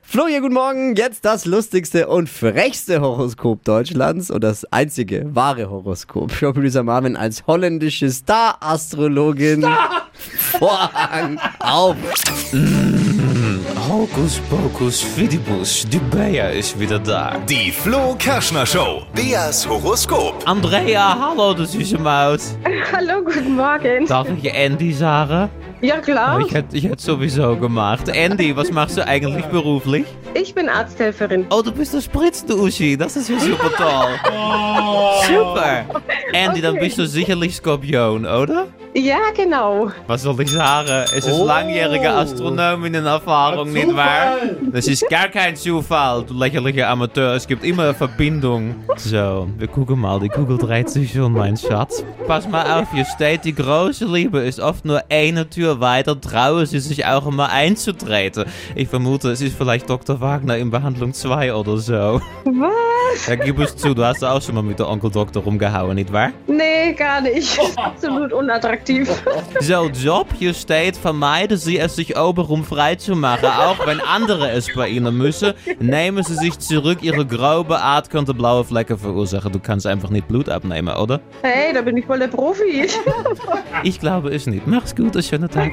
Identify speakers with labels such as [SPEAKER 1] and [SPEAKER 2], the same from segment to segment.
[SPEAKER 1] Flo hier, guten Morgen. Jetzt das lustigste und frechste Horoskop Deutschlands und das einzige wahre Horoskop. Showproducer Marvin als holländische Star-Astrologin. Star! Vorhang auf.
[SPEAKER 2] Hokus pokus fidibus, die Bea is wieder da.
[SPEAKER 3] Die Flo Kerschner Show. Beas Horoskop.
[SPEAKER 2] Andrea, hallo de süße Maus.
[SPEAKER 4] Hallo, guten Morgen.
[SPEAKER 2] Darf ich Andy sagen?
[SPEAKER 4] Ja, klar.
[SPEAKER 2] Ich hätte ich hätte sowieso gemacht. Andy, was machst du eigentlich beruflich?
[SPEAKER 4] Ich bin Arzthelferin.
[SPEAKER 2] Oh, du bist der Spritzdusi. Das ist ja super toll. Super. Andy, dann bist du sicherlich Skorpion, oder?
[SPEAKER 4] Ja, genau.
[SPEAKER 2] Was soll ich sagen? Es ist langjährige Astronominnen-Erfahrung, nicht wahr? Das ist Dus gar kein Zufall, du lächerliche Amateur. Es gibt immer eine Verbindung. So, wir gucken mal. Die Kugel dreht sich schon, mein Schatz. Pass mal auf, hier steht, die große Liebe ist oft nur eine Tür weiter. Trauen Sie sich auch immer einzutreten. Ich vermute, es ist vielleicht Dr. Wagner in Behandlung 2 oder so.
[SPEAKER 4] Was?
[SPEAKER 2] Ja, gib es zu, du hast auch schon mal mit der Onkel Doktor rumgehauen, nicht wahr?
[SPEAKER 4] Nee, gar nicht. Absolut unattraktiv.
[SPEAKER 2] So, Job hier steht, vermeiden Sie es, sich obenrum frei zu machen. Auch wenn andere es bei Ihnen müssen, nehmen Sie sich zurück. Ihre grobe Art könnte blaue Flecken verursachen. Du kannst einfach nicht Blut abnehmen, oder?
[SPEAKER 4] Hey, da bin ich voll der Profi.
[SPEAKER 2] Ich glaube es nicht. Mach's gut, einen schönen Tag.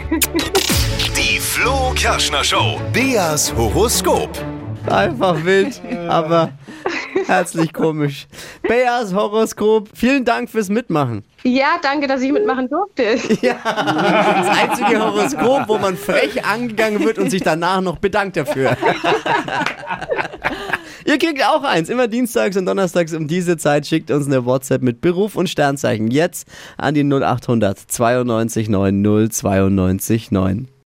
[SPEAKER 3] Die Flo Kerschner Show. Beas Horoskop.
[SPEAKER 1] Einfach wild, aber herzlich komisch. Beas Horoskop. Vielen Dank fürs Mitmachen.
[SPEAKER 4] Ja, danke, dass ich mitmachen durfte.
[SPEAKER 1] Das einzige Horoskop, wo man frech angegangen wird und sich danach noch bedankt dafür. Ihr kriegt auch eins. Immer dienstags und donnerstags um diese Zeit schickt uns eine WhatsApp mit Beruf und Sternzeichen. Jetzt an die 0800 92 9 0 92 9.